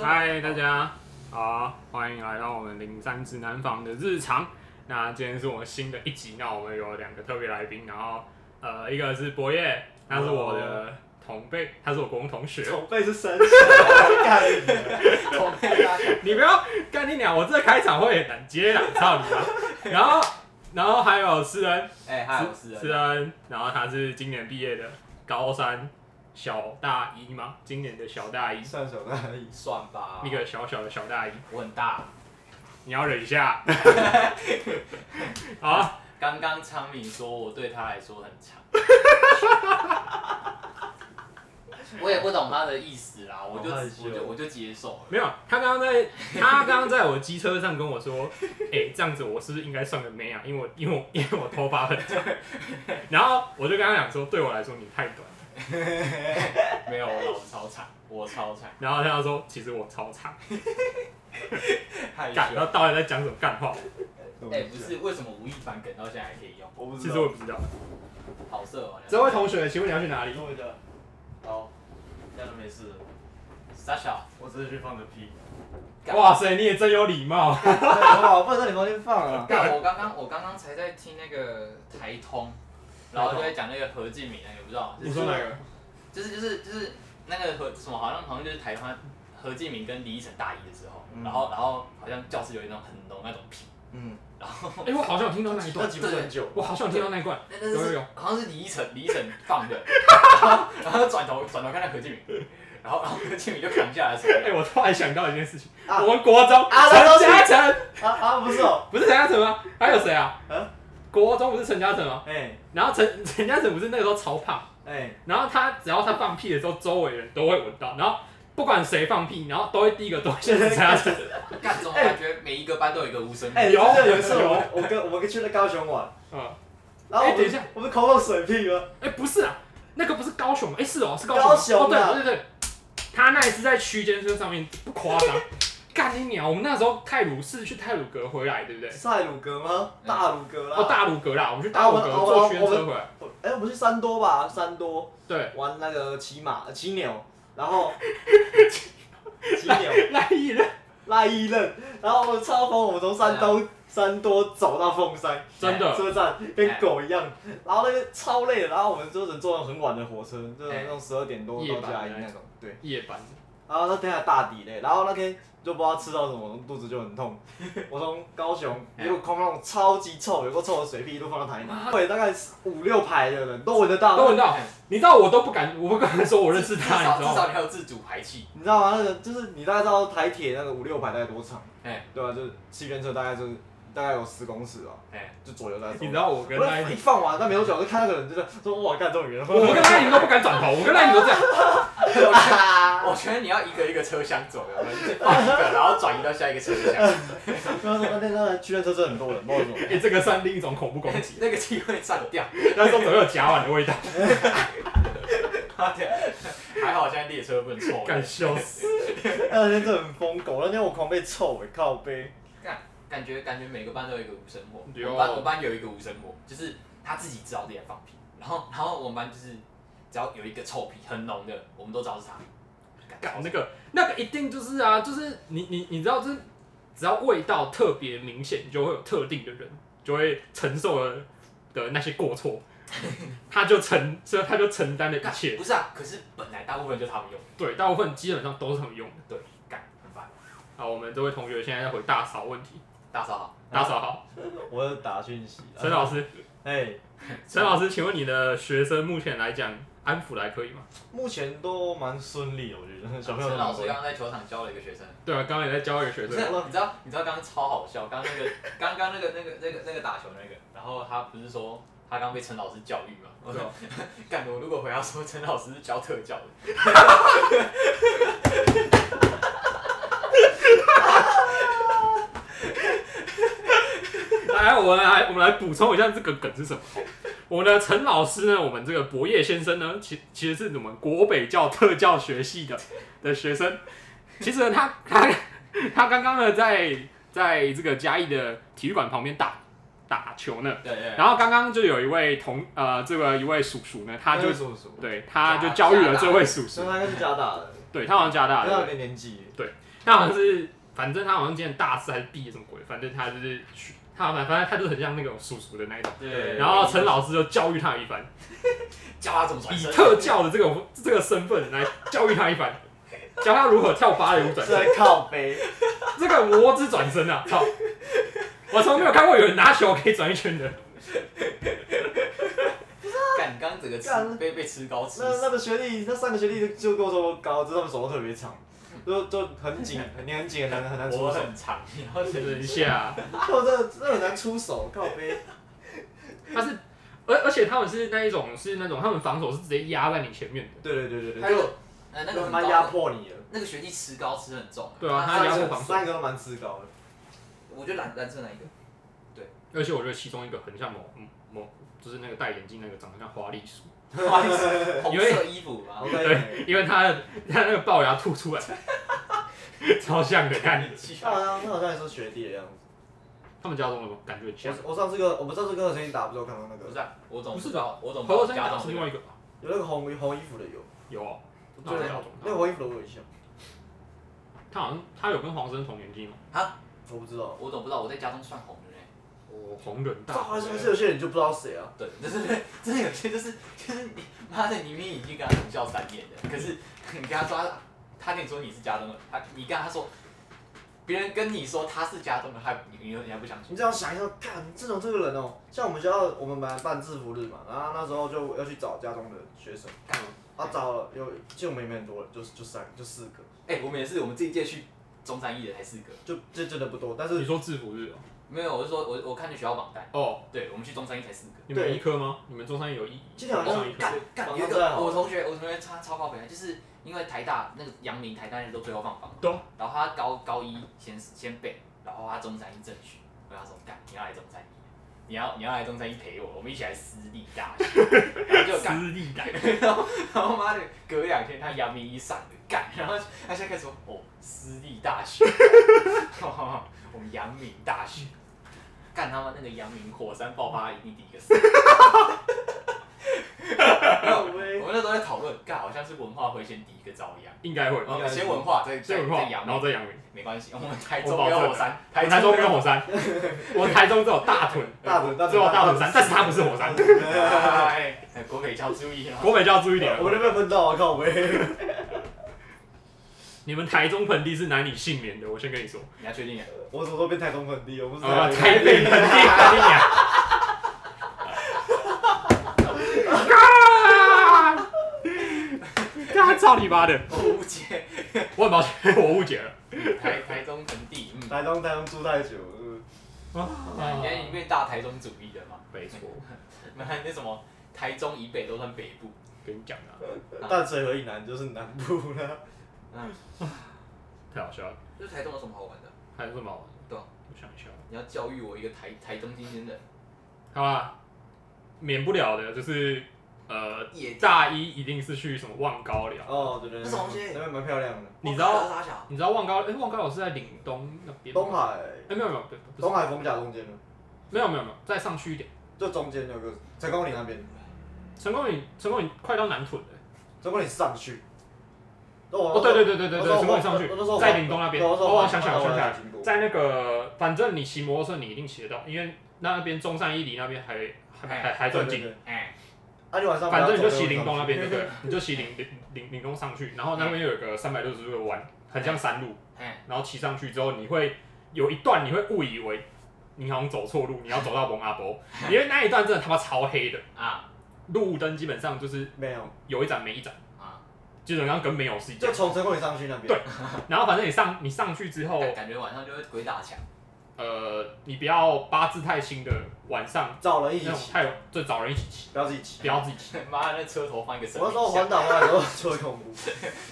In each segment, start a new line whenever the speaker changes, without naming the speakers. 嗨，大
哦
家好，欢迎来到我们零三指南坊的日常。那今天是我们新的一集，那我们有两个特别来宾，然后呃，一个是博业，他是我的同辈，他是我国中同学。
同辈是生肖，干你！同辈啊，
你不要干你俩，我这开场会很难接啦，操 你妈！然后，然后还有诗恩，
哎，嗨，我是
诗
人，
恩，然后他是今年毕业的高三小大一嘛，今年的小大一，
算什么而已。
算吧，
一个小小的小大一，
我很大，
你要忍 一下。好。
刚刚昌明说我对他来说很长， 我也不懂他的意思啦，我就
好害羞
我就我就接受了，
没有，他刚刚在，他刚刚在我机车上跟我说， 哎、这样子我是不是应该算个妹啊？因为我因为我 因为我头发很长，然后我就跟他讲说，对我来说你太短。
没有，我老子超长，我超长，
然后他就说，其实我超长，
害羞
干，然后到底在讲什么干话？
哎，不，是，为什么吴亦凡梗到现在还可以用？
我不
其
知
实
道
我。不知道。
好色哦，
这位同学，请问你要去哪里？
我的，
哦，那就没事了，傻小，
我只是去放个屁。
干
哇塞，你也真有礼貌。
我不能在你房间放啊。
干我刚刚我刚刚才在听那个台通，然后就在讲那个何敬明那个，不知道，就
你
是
说哪个？
就是就是就是那个何什么，好像好像就是台湾何敬明跟李依晨大一的时候，
嗯
然后然后好像教室有一种很浓那种屁，
嗯，
然后
哎、我好像有听到那一
那
段，
几部很久。
我好像有听到那一段。
那
有
那
有
是
有
好像是李依晨李依晨放的，然后然后转头转头看到何敬明，然后然后何敬明就扛下来说，
哎、我突然想到一件事情，
啊
我们国中
啊
陈
那都是
嘉诚
啊啊，不是哦。
不是陈嘉诚吗？还有谁啊？
嗯
国中不是陈嘉诚吗？
哎
然后陈陈嘉诚不是那个时候超胖，
哎，
然后他只要他放屁的时候，周围人都会闻到，然后不管谁放屁，然后都会第一个都会先是陈嘉诚。
干这种感觉每一个班都有一个无声，
哎，
有
真的有一哎次
有
我我跟我们去了高雄玩，
嗯，
然后我
哎
们
等一下，
我们口口水屁吗？
哎，不是啊，那个不是高雄吗？哎，是哦，是高
高
雄
雄
吗。
啊
哦，对对对，他那一次在区间车上面不夸 张，干你鸟！我们那时候泰鲁市去泰鲁阁回来，对不对？
塞鲁格吗？哎大鲁格
哦，
啦。
大鲁阁啦，我们去大鲁
啊
阁
我们
坐区间
我们
车回来。
哎，我们去三多吧，三多
对，
玩那个骑马、呃骑牛，然后 骑牛。
那一人
赖一任，然后我超疯，我们从山
啊
东山多走到凤山
真的
车站，
哎
跟狗一样，然后那个超累的，然后我们就是坐很晚的火车，就是那种十二点多
哎夜
到
班
家
的那
那
种
种，对，
夜班，
然后那天还大底嘞，然后那天就不知道吃到什么，肚子就很痛。我从高雄
哎
一路空那种超级臭，有个臭的水屁一路放到台南，对，大概五六排的人都闻得到，
啊都闻 到。你知道我都不敢，我不敢说我认识
至
他，
少
你知
至
道吗？
少你还有自主排气，
你知道吗？那个就是你大概知道台铁那个五六排大概多长，
哎
对吧、就是七边车大概就是大概有十公尺吧，
哎，
就左右在走。
你知道我跟那一
我一放完，但没有久，我就看那个人，就是说哇，干这种人，
我跟赖你都不敢转头，我跟赖你都这样。
啊，
我觉得你要一个一个车厢走，然后就放一个，然后转移到下一个车厢，
然后说那那区间车真的很多人，不知道为什么
哎、这个算另一种恐怖 攻击，
那个气会散掉。
那时候总有甲烷的味道，
妈的，还好现在列车不能抽。
敢笑死。
哎那天真的很疯狗，那天我狂被臭哎，靠背，
感觉感觉每个班都有一个无声火，
有
我班我班有一个无声火，就是他自己知道自己在放屁，然后 然后我们班就是只要有一个臭屁很浓的，我们都知道是他。
搞那个那个一定就是啊，就是你你你知道，就是只要味道特别明显，你就会有特定的人就会承受了的那些过 错，他就承这他就承担了一
干
切。
不是啊，可是本来大部分就他们用，
对，大部分基本上都是很用的。
对，干很烦。
好，我们这位同学现在在回大嫂问题，
大嫂好，
大嫂好，
我就打讯息，啊
陈老师，
哎，
陈老师，请问你的学生目前来讲安抚来可以吗？
目前都蛮顺利，我觉得小朋友
陈
都
老
蛮
师刚刚在球场教了一个学生，
对啊，刚刚也在教一个学
你
生
知，道你知道你知道刚刚超好笑，刚刚那个 刚刚那个那个那个那个打球那个，然后他不是说他刚被陈老师教育嘛，我
对
说
啊
干我如果回答说陈老师是教特教的，
来，我们来我们来补充一下这个梗是什么。我们的陈老师呢，我们这个博业先生呢，其其实是我们国北教特教学系的的学生。其实呢， 他他他刚刚呢，在在这个嘉义的体育馆旁边打打球呢。
对对。
然后刚刚就有一位同呃，这个一位叔叔呢，他就
叔叔，
对他就教育了这位叔叔
嗯所以，他应该是加大的，
对他好像加大
他有
了。
点年纪，
他好像是，反正他好像今年大四还是毕业什么鬼，反正他就是去，他反反正他就是很像那种叔叔的那一种。
对
然后陈老师就教育他一番，
教他怎么转
以
身，
特教的这种这个身份来教育他一番，教他如何跳芭蕾舞转
是
身。
在靠背，
这个魔之转身啊，操！我从没有看过有人拿球可以转一圈的。
干，刚刚整个吃
干
被被吃高吃
那
死，
那个学弟，那三个学弟就跟我说高，就是他们手都特别长，就就很 紧，你很紧，很难很难出
我
手。
很长，然后
等一下，啊
我真的真的很难出手，靠背。
他是，而而且他们是那一种是那种他们防守是直接压在你前面的。
对对对对
他
对，
就
就
呃那个
就他
很
妈
高
压迫你了。
那个学弟吃高吃很重，
对啊他压迫
三个
防守
三个都蛮自高的，
我觉得蓝蓝色那一个，
而且我觉得其中一个很像某某，就是那个戴眼镜那个长得像花栗鼠，
红
因为
色衣服啊嘛
好，可以。
对，因为他的他那个龅牙凸出来，超像的，看
那
啊
好像那好像也是学弟的样子。
他们家中的吗感觉很像。
我我上次跟我们上次跟何晨打不是有看到那
不是
个
啊，我总
不是的
我总
何老
把
三
家
打
中
是
这
另
个
外一个，啊
有那个红红衣服的有，
有啊，那
对
我要
那个红衣服的我有印象，
他好像他有跟黄生同年纪吗？
我不知道。
我总不知道我在家中算红的呢。
哦，红人
这
大
好像是不是有些人就不知道谁啊？
对， 就是真的有些就是就是你妈的，你明明已经跟他同校三年了，可是你跟他说他他跟你说你是家中的，他你跟他说别人跟你说他是家中的，他你你你还不相信？
你这样想一下，干这种这个人哦，像我们学校我们本来办制服日嘛，然后那时候就要去找家中的学生，
干
啊找了有，其实我们也没很多人，就是就三就四个，
哎、我们也是，我们这一届去中山一的才四个，
就这真的不多，但是
你说制服日哦
没有，我是说我我看见学校榜单，
哦，
对我们去中山一才四个。
你们
对
医科吗？你们中山有医？
今天好像
上
哦
医科
干干，有一
榜单
个
好
我同学，我同学超超爆本，就是因为台大那个阳明、台大那些都最后放榜嘛，
对啊
然后他高高一先先背，然后他中山一正取，我跟他说干，你要来中山一，你要你要来中山一陪我，我们一起来私立大学，然后就干，
私立大学，
然后 然后妈的隔两天他阳明一上了干，然后他现在开始说哦私立大学， 哦我们阳明大学，干他妈那个阳明火山爆发一定第一个死。
靠
我
背
们那时候在讨论，干好像是文化会先第一个遭殃，
应该会。
我
该
们
是
先文化再
先
再
文化，
再阳
然后
明，
再阳明。
没关系，我们台
我
中
保
没有
证
火山，
我台中没有
火
火 山，我台中只有大屯，
大腿大
只
腿
有大屯山，但是它不是火山。
山，哎，哎国美要注意哦。
国美就要注意点
我
了。
那边喷到啊靠背，
你们台中盆地是难以幸免的，我先跟你说。
你要确定啊？
我什么时候变台中粉地？我不知
啊，
道。
台北盆地，干你 娘！啊！干操你妈的！
我哦误解，
我很抱歉，我误解了。
台台中盆地，嗯，
台中台中住太久，呃
啊
你看你变大台中主义了嘛？
没错，
那那什么台中以北都算北部，
跟你讲啊，
淡水河以南就是南部啦。
嗯，
太好笑了。
这台中有什么好玩的？
还有什么好玩？
对啊
我想一下。
你要教育我一个台台中新鲜人，
好吧，免不了的就是呃，
也
大一一定是去什么望高寮，
哦，对对对，
那什么东西
那边蛮漂亮的，
你知道
啥小？
你知道望高哎、望高寮是在岭东那边吗，
东海
哎、没有没有不不是
东海逢甲中间的，
没有没有没有再上去一点，
就中间有个成功岭那边。
成功岭成功岭快到南屯了、
如果你上去，哦
哦对对对对对对，成功岭上去
我那时候，
在岭东那边，
我那时候
哦想起来我想起来，
经过，
在那个反正你骑摩托车你一定骑得到，因为那边中山一离那边还还还还还转近。。
哎，
啊，你晚上
反正你就骑林东那边就对了，你就骑林林林林东上去，然后那边有一个三百六十度的弯，很像山路，
哎，
然后骑上去之后，你会有一段你会误以为你好像走错路，你要走到蒙阿波，因为那一段真的他妈超黑的，
啊
路灯基本上就是
没有，
有一盏没一盏，
啊，
基本上跟没有是一
就
样。
从成功岭上去那边。
对然后反正你上你上去之后，
哦
感感觉晚上就会鬼打墙。
呃，你不要八字太轻的晚上
找人一
那
起
种
骑，
太就找人一起骑，
不要自己骑。
不要自己骑。
妈，那车头放一个神
我
明
那时候
像
环，岛回来的时候就 很恐怖，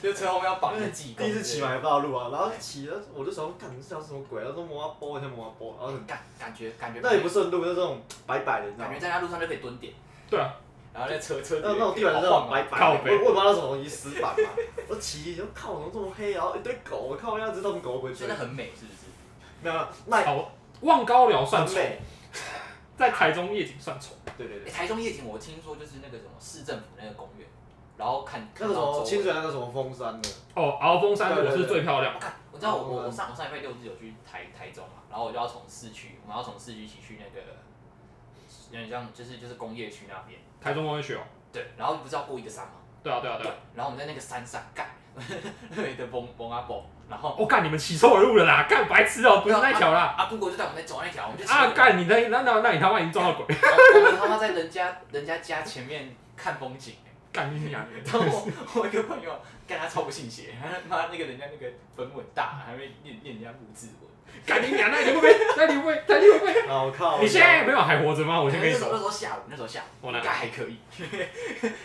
就车后面要绑一个技工。
第一次骑嘛，也不知道路啊，然后骑了，我就想说，干这叫什么鬼啊？都摸啊波，一下摸啊波，然后
感感觉感觉
那也不顺路，就这种白白的，你知道
感
吗
觉？在那路上就可以蹲点，
对啊，
然后那车车
那那种地板是那
好
种
晃
白
啊
白
靠
的，我
北
我也不知道那什么东西石板嘛。我骑就靠，怎么这么黑？啊然后一堆狗，我靠，要知道狗会不会追
真的？很美，是不是？
没有，那
好，望高寮算
很
丑，
美。
在台中夜景算丑。
对对对
哎 欸，台中夜景我听说就是那个什么市政府那个公园，然后看看
那个
到
什么
周围
清水那个什么峰山 的，
哦，鳌峰山我是最漂亮
我。看，我知道我我我上我上礼拜六日有去台台中嘛，然后我就要从市区，我们要从市区骑去那个，有点像就是就是工业区那边，
台中工业区哦，
对，然后不是要过一个山嘛，
对啊对啊对啊。
然后我们在那个山上干， 对的崩崩啊崩，然后
我、哦干，你们骑错路了啦！干白痴哦、不是那条啦！
啊 Google 就带我们在走那条，我们就骑
啊，干你那那那那你他妈已经撞到 鬼！
然后我们他妈在人家人家家前面看风景、
干你娘！
然后我我一个朋友，干他超不信邪， 他妈那个人家那个本文大，还会念念人家木字文。
干你娘！那你会不会？那你会不会？那你会不会？
啊，我靠！
你现在没有还活着吗？我先跟你
那时候那
说，
时候下午，那时候下午，
我来
干还可以，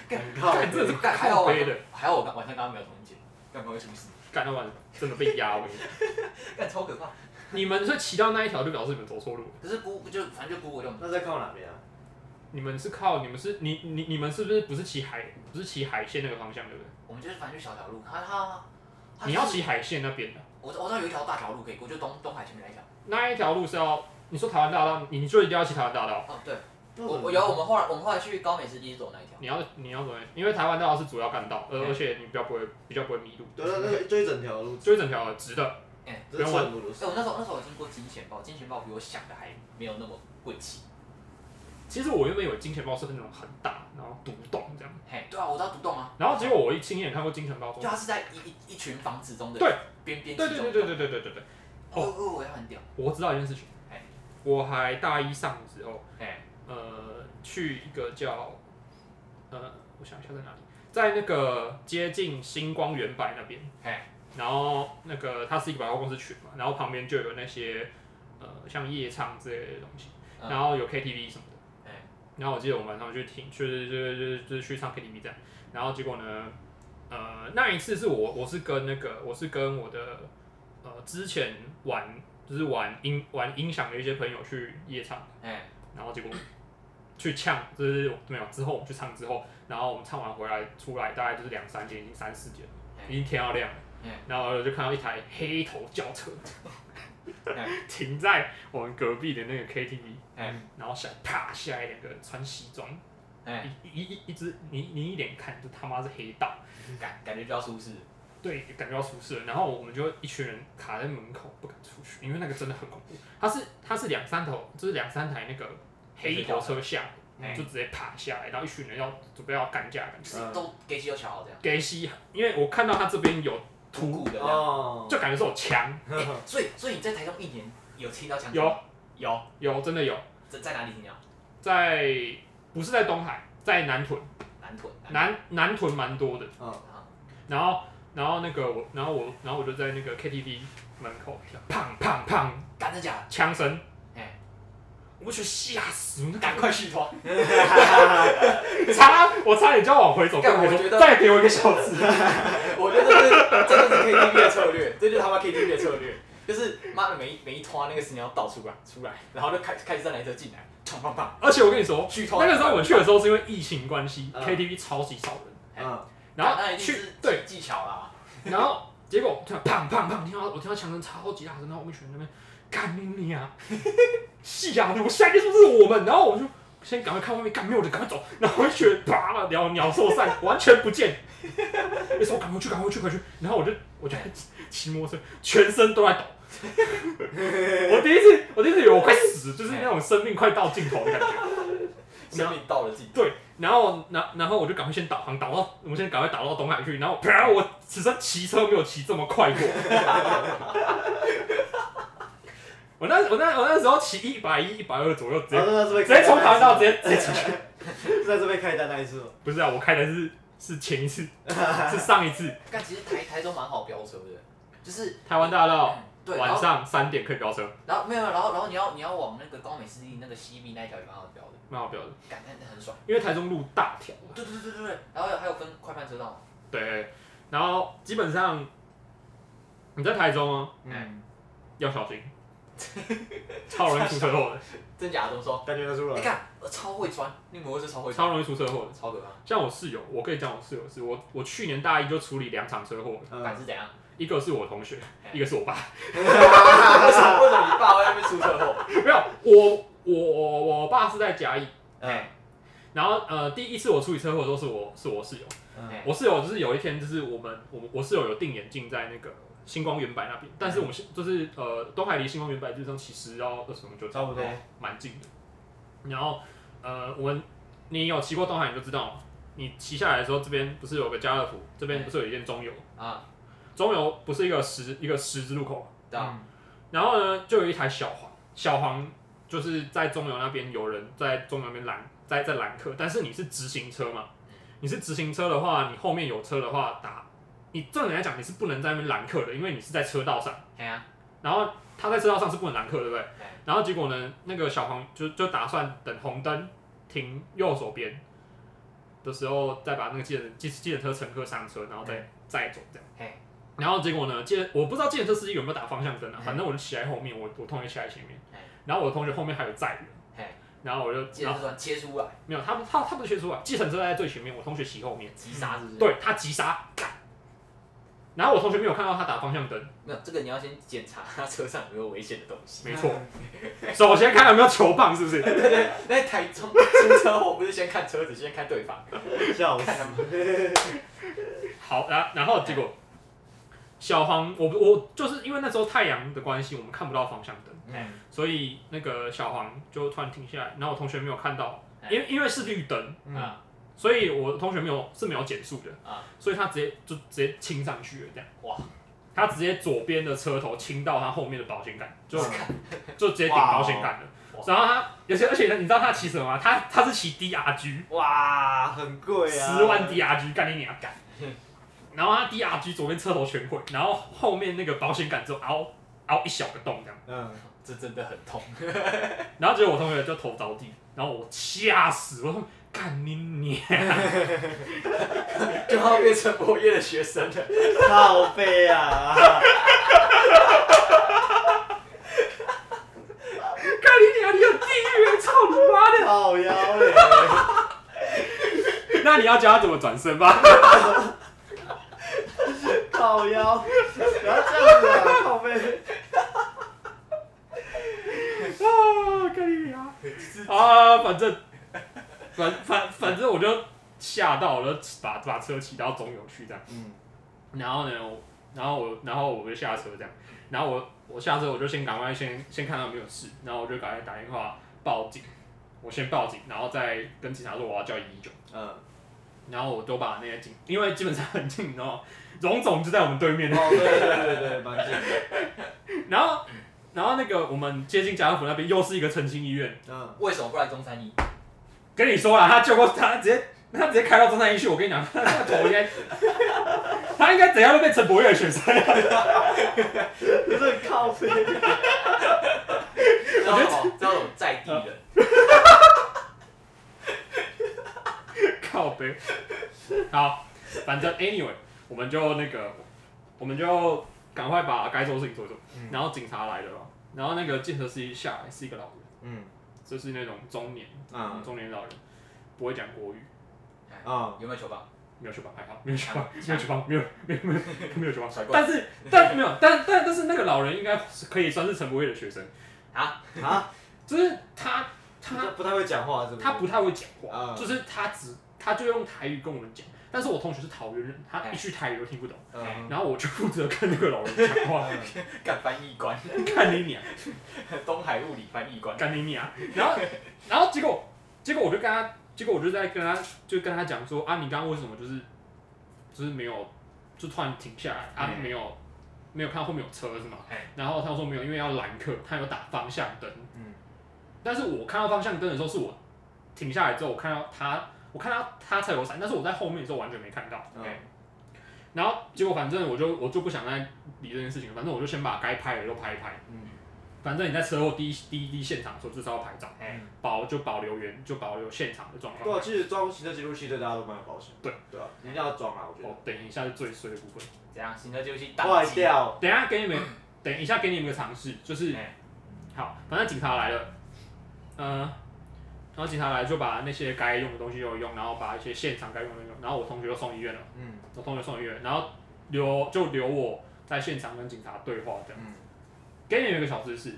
很靠
干 这是
干还好
靠
晚
背
上
的，
还好我刚晚上刚刚没有重结， 干嘛会出事？
干到完真的被压我跟你讲。
干超可怕。
你们是骑到那一条，就表示你们走错路了。
可是不就反正就不我就
那在靠哪边啊？
你们是靠你们是你你你们是不是不是骑海不是骑海线那个方向对不对？
我们就是反正就小条路，他他他
你要骑海线那边的
我我知道有一条大条路可以过，就东东海前面那一条。
那一条路是要你说台湾大道，你你就一定要骑台湾大道。
哦，对，
那
我
怎么
我有啊我们后来我们后来去高美湿地走那一条。
你要你要怎么？因为台湾大道是主要干道，而
嗯
而且你比较不会比较不会迷路，
对对对，就一整条路，
就一整条直的。
这是顺路的
哎、我那时候那时候我听过金钱豹，金钱豹比我想的还没有那么贵气。
其实我原本以为金钱豹是那种很大，然后独栋这样，
嘿，对啊，我知道独栋啊，
然后结果我一亲眼看过金钱豹
就
说，
它是在一一一群房子中的
对
边边
对
其中
对
一
对
栋
对对对对对对，
哦，哦，我要很屌，
我知道一件事情
哎，
我还大一上的时候，
哎，
呃，去一个叫呃，我想一下在哪里，在那个接近星光原百那边，
嘿，
然后那个它是一个百货公司群嘛，然后旁边就有那些呃像夜唱之类的东西，
嗯
然后有 KTV 什么的。
哎
然后我记得我们晚上去听，就是就是就是就是去唱 KTV 这样。然后结果呢，呃，那一次是我我是跟那个我是跟我的呃之前玩就是玩音玩音响的一些朋友去夜唱，
哎，
然后结果去呛，就是没有之后我们去唱之后，然后我们唱完回来出来大概就是两三点，已经三四点了，
嗯
已经天要亮了
嗯。
然后我就看到一台黑头轿车
嗯
停在我们隔壁的那个 KTV，
哎，
然后下啪下来两个人穿西装，
哎，
一一一一只你你一眼看就他妈是黑道，
感感觉比较舒适，
对，感觉到出事了。然后我们就一群人卡在门口不敢出去，因为那个真的很恐怖。它是它是两三头，就是两三台那个黑头车下来，
嗯
就直接爬下来，然后一群人要准备要干架，感
就
觉
是都给机都瞧好这样，
给西，因为我看到他这边有
土
图，
骨的这样。
哦，
就感觉是有枪，
哎所以所以你在台中一年有听到枪声
有
吗有
有真的有，
在在哪里听到？
在不是在东海，在南屯，
南屯
南南屯蛮多的。
屯
嗯，
啊，
然后然后那个我，然后我，然后我就在那个 KTV 门口，砰砰砰，
干真假
枪声，
哎，
我去吓死，我
的？
那
赶快续托，
差，我差点就要往回走，
干
跟
我
说
觉得
再给我一个小时。
我觉得这是这就是 KTV 的策略，这就是他妈 KTV 的策略，就是妈的每一每一拖那个时间要倒出来出来，然后就开开始站台车进来，砰砰砰，
而且我跟你说，
续拖。
那个时候我去的时候是因为疫情关系
嗯
，KTV 超级少人，
嗯，
然
那
后
一定
去
是
对，
技巧啦，
然后结果突然砰砰砰，听到我听到枪声超级大声，然后我们一群人在那边干你啊，戏啊，我下一个 是不是我们？然后我就。先赶快看外面，干没有人，赶快走！然后我就觉得啪了，鸟鸟兽散，完全不见。那时候赶快去，赶快去，赶快去！然后我就我就骑摩托车，全身都在抖。 我第一次，我第一次以为我快死，就是那种生命快到尽头的感觉。
生命到了自己。
对，然后然然后我就赶快先导航导到，我们先赶快导到东海去，然后啪，我此生骑车没有骑这么快过。 我那我那我那时候骑一百一、一百二左右，直接、
然后啊那是被
直接从台到直接直接骑去。
是在这边开单那一次吗？
不是啊，我开的是是前一次，是上一 次
但其实台台中蛮好飙车的，就是嗯
台湾大道
对，然
哦晚
后
上三点可以飙车，
然后没有，然后然后你要你要往那个高美湿地那个西壁那一条也蛮好飙的，
蛮好飙的，
感觉很爽。
因为台中路大条。啊
对对对对对，然后还有还有分快慢车道嘛，
对，然后基本上你在台中啊，
嗯，
要小心，超容易出车祸的，
真假的都说。
感觉得出
你
来。
看，我超会钻，那摩托车超会钻，
超容易出车祸的。
超可怕。
像我室友，我可以讲我室友的事。我我去年大一就处理两场车祸，
感
嗯，
是怎 样？
一个是我同学，一个是我爸。
为什么为什么你爸会在那边出车祸？
没有，我我我我爸是在嘉义，
哎，
然后呃，第一次我处理车祸的时候是我是我室友，
嗯
我室友就是有一天就是我们我我室友有定眼镜在那个星光原白那边，但是我们是就是呃东海离星光原白就是这样骑十到二十分钟就
差不多。
蛮近的。然后呃，我们你有骑过东海你就知道，你骑下来的时候这边不是有个家乐福，这边不是有一间中油，
啊，
中油不是一个十一个十字路口嘛，
对啊，
然后呢就有一台小黄，小黄就是在中油那边有人在中油那边拦在在拦客，但是你是直行车嘛，你是直行车的话，你后面有车的话打，你正理来讲你是不能在那边拦客的，因为你是在车道上。
嘿啊，
然后他在车道上是不能拦客，对不对
对？
然后结果呢，那个小黄就就打算等红灯停右手边的时候，再把那个计程计计程车乘客上车，然后再、再走这样。
嘿，
然后结果呢，计我不知道计程车司机有没有打方向灯啊，
嗯
反正我就骑在后面，我我同学骑在前面
嗯，
然后我的同学后面还有载人，
嘿，
然后我就
接
然
着
后
突然切出来，
没有他不他他不是学出来，计程车在最前面，我同学骑后面，
急刹是不是？，
对他急刹，干然后我同学没有看到他打方向灯，
没有这个你要先检查他车上有没有危险的东西。
没 错，首先看有没有球棒是不是？
对对，那台中出车祸不是先看车子，先看对方，
笑死
看。他们
好，然然后结果
哎
小黄，我我就是因为那时候太阳的关系，我们看不到方向灯，
嗯
所以那个小黄就突然停下来，然后我同学没有看到，
哎
因为因为是绿灯，
嗯，
啊
所以我同学没有是没有减速的，
啊，
所以他直接就直接亲上去了，这样
哇，
他直接左边的车头亲到他后面的保险杆，就就直接顶
哇
保险杆了
哇。
然后他，而且而且你知道他骑什么吗？他他是骑 DRG，
哇，很贵啊，
十万 DRG 干你娘啊干！然后他 DRG 左边车头全毁，然后后面那个保险杆只有凹凹一小个洞这样，
嗯，
这真的很痛。
然后结果我同学就头着地，然后我吓死，我说干你娘！
就要变成博业的学生了。
靠背啊，
干你娘！你有地狱，操你妈的！
靠腰嘞，
那你要教他怎么转身吧？
靠腰，不要这样子啊，靠背。
啊，干你娘！啊，反正反反反正我就吓到，我就把把车骑到中游去这样。
嗯，
然后呢，我然后我然后我就下车这样，然后我我下车我就先赶快先先看到有没有事，然后我就赶快打电话报警，我先报警，然后再跟警察说我要叫一一九，
嗯，
然后我都把那些警，因为基本上很近，你知道吗？荣总就在我们对面，
哦，对对对对，蛮近的。
然后然后那个我们接近家乐福那边又是一个澄清医院，
嗯，
为什么不来中山医？
跟你说啊了，他救过他直接。他直接开到中山医去，我跟你讲， 他那个头应该，他应该怎样都被陈柏岳选上。
有点靠背。
知道什么？知道什么在地人？
靠背。好，反正 anyway，我们就那个，我们就赶快把该做的事情做一做。
嗯
然后警察来了嘛，然后那个建设司机下来是一个老人，
嗯，
就是那种中年、
啊
中年老人，不会讲国语，
啊，
有没有球棒？
没有去帮还好，没有去帮，没有去帮，没有没有没有没有去 帮
甩。棍
但是但没有但但但是那个老人应该是可以算是陈柏伟的学生，
啊？
啊，
就是他他
他不太会讲话是不是？
他不太会讲话，
嗯
就是他只他就用台语跟我们讲，但是我同学是桃园人，他
哎
一句台语都听不懂，
嗯，
然后我就负责跟那个老人讲话，
干翻译官，
干你娘，
东海物理翻译官。
干你娘，然后然后结果结果我就跟他，结果我就在跟他就跟他讲说啊，你刚刚为什么就是就是没有就突然停下来啊，
嗯
没有没有看后面有车是吗
哎？
然后他说没有，因为要拦客，他有打方向灯，
嗯
但是我看到方向灯的时候，是我停下来之后，我看到他，我看到他才有闪，但是我在后面的时候完全没看到。
嗯
然后结果反正我就我就不想再理这件事情了，反正我就先把该拍的都拍一拍。
嗯
反正你在车祸第一第一第一现场的时候，就是要拍照，
哎，
保就保留原就保留现场的状
对
况。
啊，其实装行车记录器对大家都蛮有保险。
对
对啊，一定要装啊，我觉
哦，等一下是最衰的部分。
怎样？行车记录器打
得。坏
击。
掉，
等一下给 你们，等一下给你们个尝试，就是
哎
好，反正警察来了，嗯、然后警察来就把那些该用的东西都用，然后把一些现场该用的用，然后我同学就送医院了。
嗯
我同学送医院，然后留就留我在现场跟警察对话这样。
嗯
给你们一个小知识，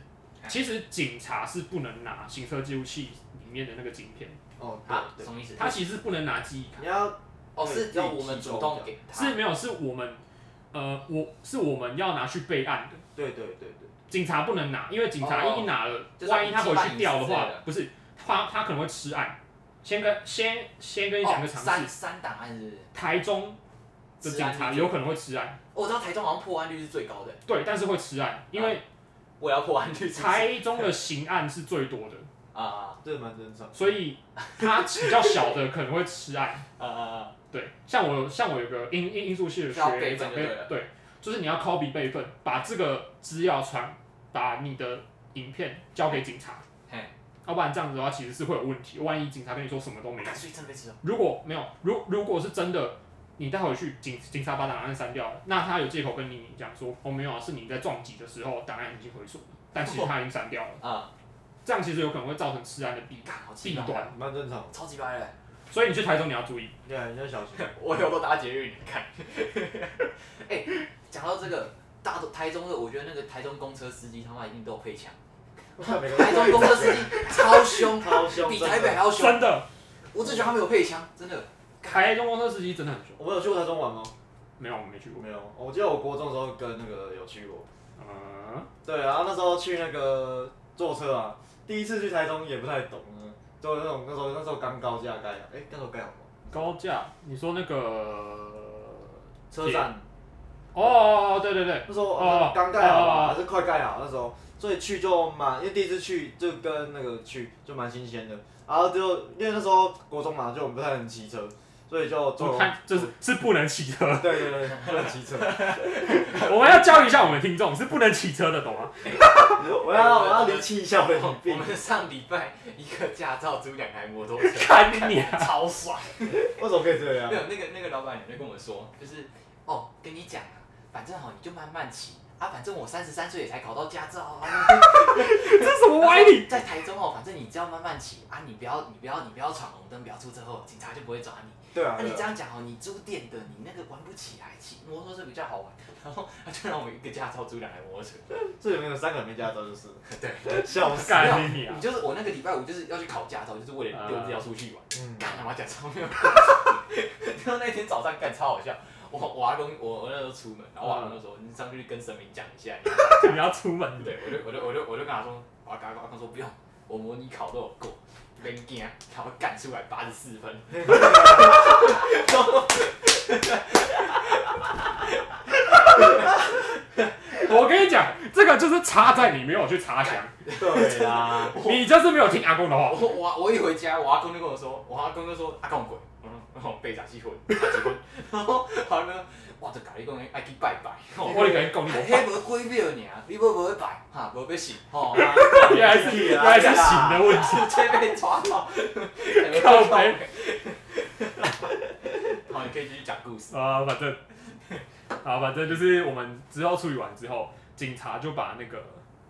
其实警察是不能拿行车记录器里面的那个晶片，
哦，
啊，
对
什么意思？
它其实不能拿记忆卡
对，你，要
哦
对
是
自己
要我们
提
主
供
动
的
给他，
是没有是我们呃我是我们要拿去备案的，
对对对对，
警察不能拿，因为警察
哦
一拿了，
就是
万一他回去掉的
侵犯隐私之
话
类的，
不是他他可能会吃案。先跟先先跟你讲
哦
个常
三
识，
三档案是不是？
台中的警
治安
察
率最
有可能会吃案，
我知道台中好像破案率是最高的，
对，但是会吃案，因为
我要破案率是不是
台中的刑案是最多的，
啊啊
这蛮正常。
所以他比较小的可能会吃案。
啊啊！
对，像我像我有个音音音速系的
需要
学
备份
长
就
辈
对了，
对，就是你要 copy 备份，把这个资料传，把你的影片交给警察，
嘿，
要不然这样子的话其实是会有问题。万一警察跟你说什么都没有
干，所以真的被吃了，
如果没有，如如果是真的，你带回去警警察把档案删掉了，那他有借口跟你讲说，哦没有啊，是你在撞击的时候档案已经回锁了，但其实他已经删掉了，
啊，
这样其实有可能会造成治安的弊
干好奇
弊
怪，
端，
蛮正常，
超级白的，
所以你去台中你要注意，
对，啊你要小心。
我有都搭捷运，你看。 哎，讲到这个，大台中的，我觉得那个台中公车司机他妈一定都有配枪，
每个
台中公车司机超凶，
超 凶，
比
真的
台北还要凶，
真的，
我只觉得他们有配枪，真的。
台中公车司机真的很凶，
我们有去过台中玩吗？
没有我没去过，
没有，我记得我国中的时候跟那个有去过。
嗯，
对，然后那时候去那个坐车啊，第一次去台中也不太懂，就那种那时候那时候刚高架盖好，哎、那时候盖好吗？
高架，你说那个，
车站
哦哦哦对对对，
那时候
哦
呃刚盖好
哦
吧，还是快盖好那时候，所以去就蛮，因为第一次去就跟那个去就蛮新鲜的，然后就因为那时候国中嘛，就我们不太能骑车，所以就
我
坐。
看这是是不能骑车，
对对对，不能骑车。
我们要教育一下我们听众是不能骑车的，懂吗？
我要我要离弃一下我的
我
疾病。
们上礼拜一个驾照租两台摩托车，
看你啊，
超爽。
为什么可以这样
没？有那个那个老板娘就跟我说，就是哦，跟你讲啊，反正好你就慢慢骑啊，反正我三十三岁也才考到驾照啊。
这是什么 歪理？
在台中哦，反正你只要慢慢骑啊，你不要你不要你不要闯红灯，不要出车祸，警察就不会抓你。
对啊
那、，你
对
这
啊
样讲哦，你租店的你那个玩不起来，骑摩托车比较好玩。 然后他就让我一个驾照租两台摩托车。
这里面有三个人没驾照就是了，
对，
笑死。
干你啊
你！就是我那个礼拜五就是要去考驾照，就是为了丢资料出去玩。
嗯，
干他妈讲超没有。然后那天早上干超好笑，我我阿公我我那时候出门，然后我阿公就说、你上去跟神明讲一下。你
你要出门的，
对，我就我就我就我就跟他说，我跟他跟他说不用，我模拟考都有过，别惊，然后干出来八十四分，
我跟你讲，这个就是差在你没有去查详，
对啦，
你就是没有听阿公的话
我。我我一回家，我阿公就跟我说，我阿公就说阿公鬼，嗯，然后被啥气婚，结婚，然后好呢，我就甲你讲，爱去拜拜，吼
我跟你讲，你没
迄无几秒尔，你要无要拜，哈，无要信，吼，
原来是原来是醒的问题。
直接被抓到，
靠北。
好，你可以继续讲故事。
啊，反正，啊，反正就是我们之后处理完之后，警察就把那个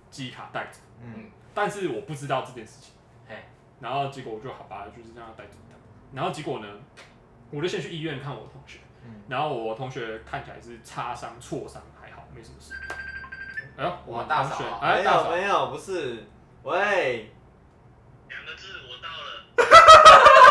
记忆卡带走，
嗯，
但是我不知道这件事情
嘿。
然后结果我就好吧，就是这样带走的。然后结果呢，我就先去医院看我同学，
嗯
然后我同学看起来是擦伤、挫伤，还好，没什么事。哎呦，我
哇
们
大
同学
嫂啊
哎，
没
大
有
嫂，
没有，不是，喂，
两个字，我到了。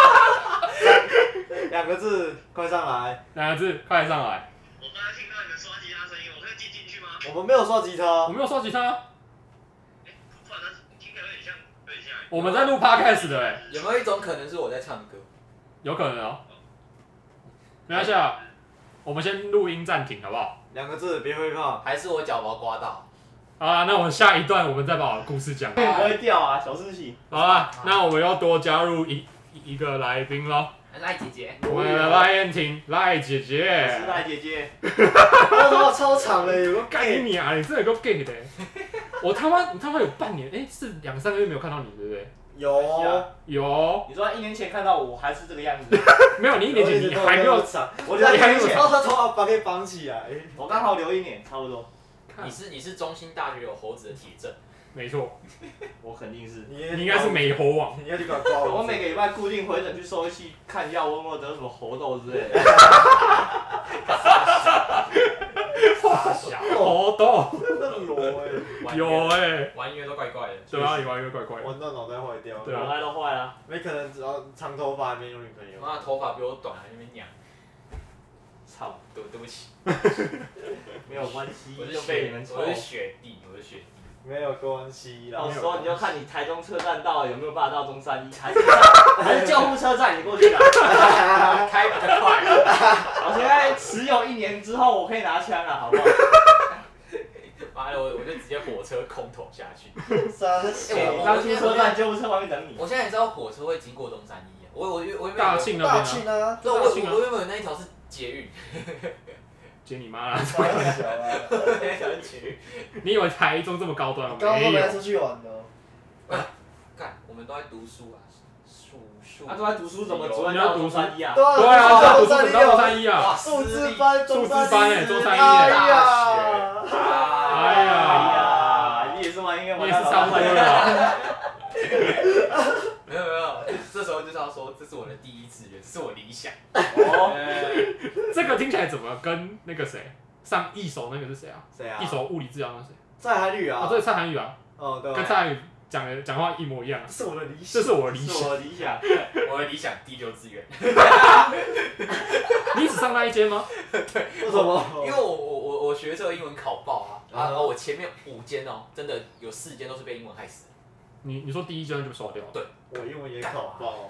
两个字，快上来，
两个字，哎快上来！
我刚才听到你们刷吉他声音，我可以进进去吗？
我们没有刷吉他
我，没有收吉他，
哎，不然它听起来有点像，有点像。
我们在录 podcast 的哎，
有没有一种可能是我在唱歌？
有可能哦。没关系啊，我们先录音暂停好不好？
两个字，别会怕，
还是我脚毛刮到？
好啦，那我们下一段我们再把我的故事讲完。
不
会掉啊，小事情。
好啦，那我们要多加入一一一个来宾喽，
赖哎姐姐，
我们的赖燕婷赖姐姐。
哎
姐姐，他妈超长的，有个
干
概
你啊！你真的够 gay 的欸、我他妈你他妈有半年，哎、是两三个月没有看到你，对不对？
有，啊
有
你说一年前看到我还是这个样 子，
没有？你一年前你还没有
长，我觉得
你还没有
然后他头发把给绑起来，
我刚好留一年，差不多。
看
你？是你是中心大学有猴子的铁证，
没错，
我肯定是，
你
你应该是，美猴王。
你要去搞刮
我
我，
每个礼拜固定回诊去收一期看药，问问得什么猴痘之类的。
傻小。
猴豆，
那你有哎、
玩音乐
有哎，
玩音乐都怪怪的，
对啊，有啊，有怪怪的。
玩到脑袋坏掉。
对啊
脑袋都坏了。
没可能，只要长头发还没有女朋友。
妈头发比我短，还在那边娘，
操，
对对不起，
没有关系，
我是
又被你们
学
抽
我。是学弟，我是学弟，
没有关系啦
到。时候你就看你台中车站到有没有办法到中山一，还 是还是救护车站你过去拿。
开比较快啊，
我现在持有一年之后，我可以拿枪了，好不好？
妈的，我我就直接火车空投下去。
三
哎
我
我
小
刚出车站，救护车旁边等你。
我现在也知道火车会经过东山一啊，我我我原本以为
大，庆那
大
边啊，
庆啊，
对，我
大庆啊
我我原本以为那一条是捷运，
接你妈啦！
三小啊，
那一条是捷运。
你以为台中这么高端啊？
刚刚都
没
没
有，
出去玩的哦。
干，我们都在读书啊，数数。
啊
他都在读书，怎么昨天到中山一啊？
对啊，
对啊，这
中
不是
山
你高
一
三一啊？
哇，
数字
班。
班，中
数字班
一
哎中山一
哎
大
呀，
哎呀
哎呀，你也是玩音乐
你
玩
也是
到
上
老
坡
板
了啊。
没有没有，这时候就是要说，这是我的第一志愿，这是我理想。
哦，
哎这个听起来怎么跟那个谁上一手那个是谁啊？
谁啊
一？手物理治疗那谁？
在韩语
啊，
啊
这。是蔡涵宇啊，
哦，对
跟
啊。
蔡涵宇讲的讲话一模一样啊。
这是我的理想
这。是我的理
是
想。
我的理想。
我的理想第六志愿，
你只上那一间吗？
为什么？
因为我我我我学测英文考爆啊，啊
嗯
啊！我前面五间哦，真的有四间都是被英文害死的。
你你说第一间就刷掉了，
我英文也考爆，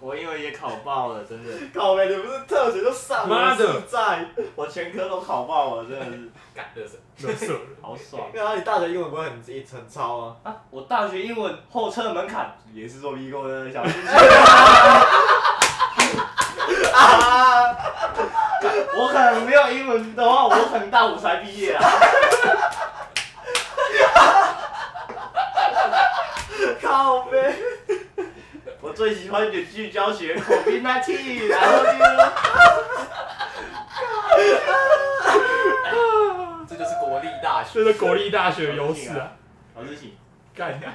我因为也考爆了，真的，
考呗，你不是特学就上
妈
了，
的
是在。
我全科都考爆了，真的是
干乐色，
乐色了。
好爽
然后你大学英文不会很很超啊？
啊！我大学英文后测门槛也是做 B 过的小心心，
啊！
我可能没有英文的话，我可能大五才毕业啊。
靠呗。
我最喜欢远距教学 c o v i d 然后呢，
这就是国立大学。
所以说国立大学有史啊，
老师请。
干干。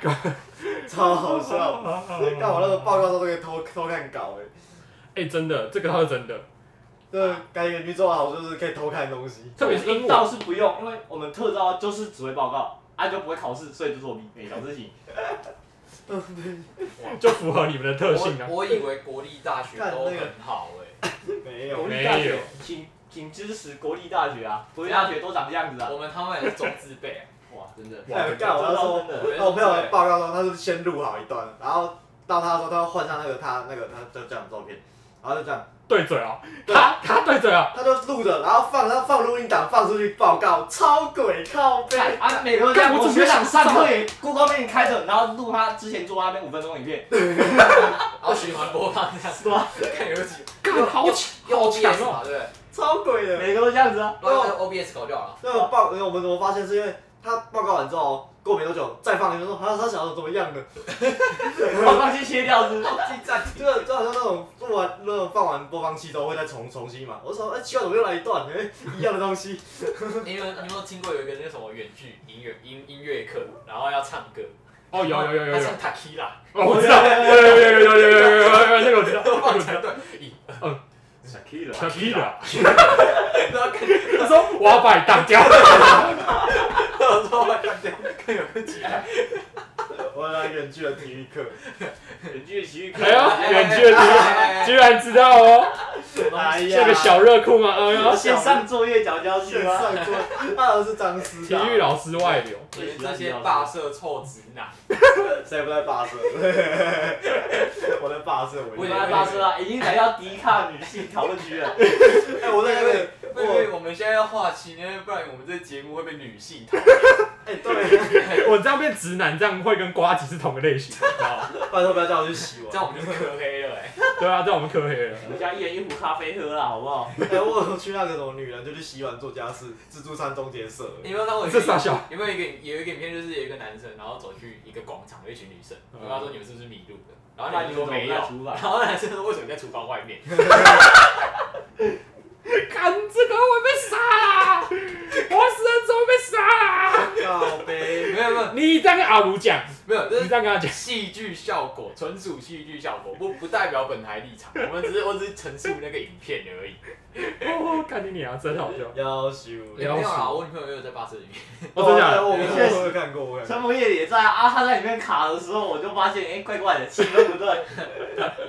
超好笑！ 干我那个报告都可以偷偷看稿哎、
哎，真的，这个倒是真的，
对，感觉你做得好就是可以偷看东西。
特别是英
倒
文。
是不用，因为我们特招就是只会报告，啊就不会考试，所以就是我 B。哎，小事情，
就符合你们的特性啊
我！我以为国立大学都很好哎、
没
国
有，
立大
没有
学，请请支持国立大学啊！国立大学都长这样子啊！
我们他们也是中字辈、啊，
哇，真的，
哇
哎，干我那时候，
真的。
那我朋友来报告的时候，他是先录好一段，然后到他的时候，他要换上那个他那个他就这样的照片，然后就这样，
对嘴啊，
对
他他对嘴啊，
他就录着，然后放，然后放录音档放出去报告，超鬼靠背。
对啊，每个人在
干我
我
怎么
学长
想
上
到
课也 Google 面开着，然后录他之前做那边五分钟影片，
然后循环播放这样，
是吧？
看有几
干好强好
用
强
OBS
哦！
嘛，对不对？
超鬼的。
每个都这样子啊。
不然那个 OBS 搞掉了。
那个报，我们怎么发现是因为他报告完之后，过没多久再放一分钟，他他想要怎么样呢？
我放弃切掉是不是，
进站
就就好像那种录完、那种放完播放器之后会再重重新嘛。我就说，哎、奇怪，怎么又来一段？哎、一样的东西。
你有你有没有听过有一个那个什么远距音乐音音乐课，然后要唱歌？
哦，有有有有
他
有，
唱 Takira，
哦我知道，有有有有有有有有有有，那个我知道，那个我知道。
对，
小 K 了
他屁的，
然后看有
他说我要把你当掉。
时候会看看有个几台，
我来远距的体育课，
远距体育课
哎呦， 远距
哎
离 居然知道哦，
哎呀，
这个小热裤嘛，哎呦，
线上作业缴交
线
是吗？
上做，那都是张师
体
大
育老师外流。
你们这些霸社臭直男，
谁不在霸社？ 我在霸社，
我
我
们
也
来发车啊，已经来到迪卡女性讨论区了。
哎、我在那个，
会不会我们现在要划清呢？不然我们这节目会被女性讨厌。
哎、对，
我这样变直男，这样会跟瓜子是同个类型，你知道吗？
拜托不要叫我去洗碗
这。样我们就是科黑了哎、
对啊，这样我们可黑了。
我们家一人一壶咖啡喝了，好不好？
哎、我有去那个什么女人就去洗碗做家事，自助餐终结社。
你有没有看过？
这傻笑。
有没有一个有一个影片，就是有一个男生，然后走去一个广场，有一群女生，我跟他说你们是不是迷路了？然后
那
女
你
生说
怎么
没
不
有
在，厨房？
然后男生说为什么你在厨房外面？
看这个我被杀啦！我死人怎么被杀啦？
靠呗，
没有没有，
你这样跟阿如讲，
没有，这
你
是
这样跟他讲，
戏剧效果，纯属戏剧效果，不 不代表本台立场。我们只是我只是陈述那个影片而已。
哦，看你娘，真好笑。
要修。
没有啦，我女朋友也有在巴士里面。
哦，真假
对
的？
我没
确
看过，我有
实
看过，我有看
陈梦夜也在啊，啊他在里面卡的时候，我就发现，哎、怪怪的，气氛不对。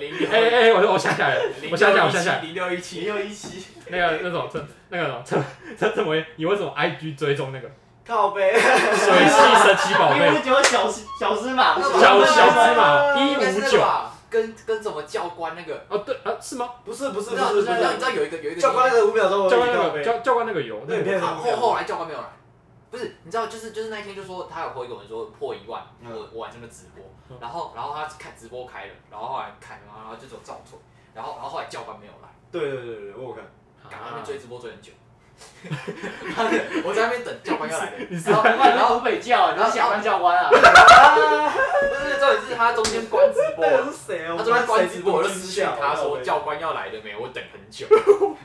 零
哎哎
六，
哎，我我想起来了，我想起来，我想起来，
零六一
七
七，
六一七，
那个那种陈那个什么陈陈怎么会你为什么 IG 追踪那个
过。靠背。
水系神奇宝
因为
贝
我觉得小小芝麻，
小小芝
芝麻，
麻一
应该是
五
那个
九？
吧跟跟什么教官那个，
哦，对啊，是吗？
不是不
你
是
知
不
道你
是
知
不
道你知
是。
道有一个有一个
教官那个五秒钟我
教官
有
那哦
靠
个
背。
教教官那个有
那
那
影
个
片
后
很
后
好
后来教官没有来，不是，你知道，就是就是那一天就说他有回给我们说破一万，
嗯
我我晚上就直播
嗯，
然后然后他看直播开了，然后后来看，然后然后就走照错，然后然后后来教官没有来，
对对对对，我有看。
赶快追直播追很久， 妈的我在那边等教官要来的，
你是
然后
然后
然
然后
后
湖北教，然后下班教官啊，
不是重点是他中间关直播
那个
了。
是谁啊？
他
我
中间关直播，我就
就
私信他说教官要来了没？我等很 久。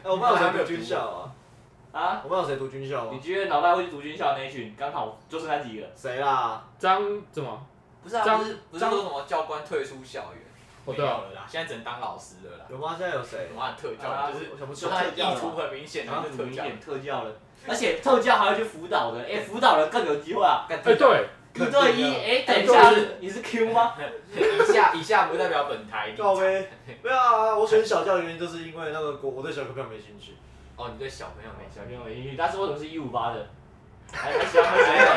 啊哎我不知道谁读军校啊，
啊，
我不知道谁读军校
你
啊，
觉得脑袋会去读军校那一群，刚好就是那几个。
谁啦？
张怎么？
不是啊，
张
不是不是说什么教官退出校园，
哦
没
对
有
啊，
了啦，现在只能当老师了啦。
有吗？现在有谁？
我很特
啊
教，就是
我想不起
就
来
他
特教啊
意图很明显，然后就特
明
教。
显特教了，而且特教还要去辅导的，哎、辅导人更有机会啊。
哎
哎，对，
一对一，哎、等一
哎
下
对，
你是 Q 吗？
以下以下不代表本台立场
靠。 背，没有啊，我选小教的原因就是因为那个国，我对小科票没兴趣。
哦，你对小朋友没兴
小朋友没兴趣，但是为什么是一五八的？还还喜欢喝水果？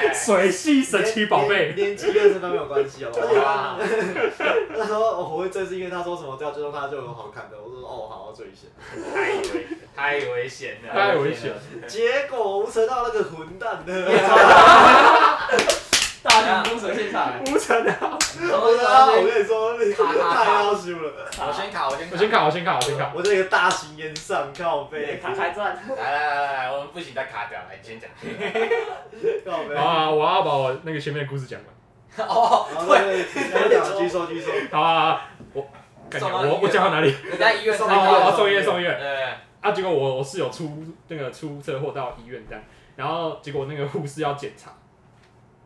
趣。
水系神奇宝贝，啊
连连级变身都没有关系哦。 而且
哇
那时候哦我回这是因为他说什么都要追踪他就有好看的，我说哦好，我追 一下。
太危太危险了。
太危险了。
结果无尘到那个混蛋 呢，
啊
大型工程现场、
无尘啊！
我啊， 我跟你说，你太要羞 了。
我先卡，我先
我先
卡。
卡，我先卡，我先卡。
我这个大型烟上靠 背，
卡开战，
来来来来，我们不行再卡掉，来你先讲。
靠背。
好啊，我要把我那个前面的故事讲完。
哦，
然后对，对对继续说继续 说。
好啊，我感觉我我讲到哪里？
人家医院
哦
送
开
医院
哦，
刀
哦送医院送医院。
呃，
啊，结果我我室友出那个出车祸到医院这样，然后结果那个护士要检查，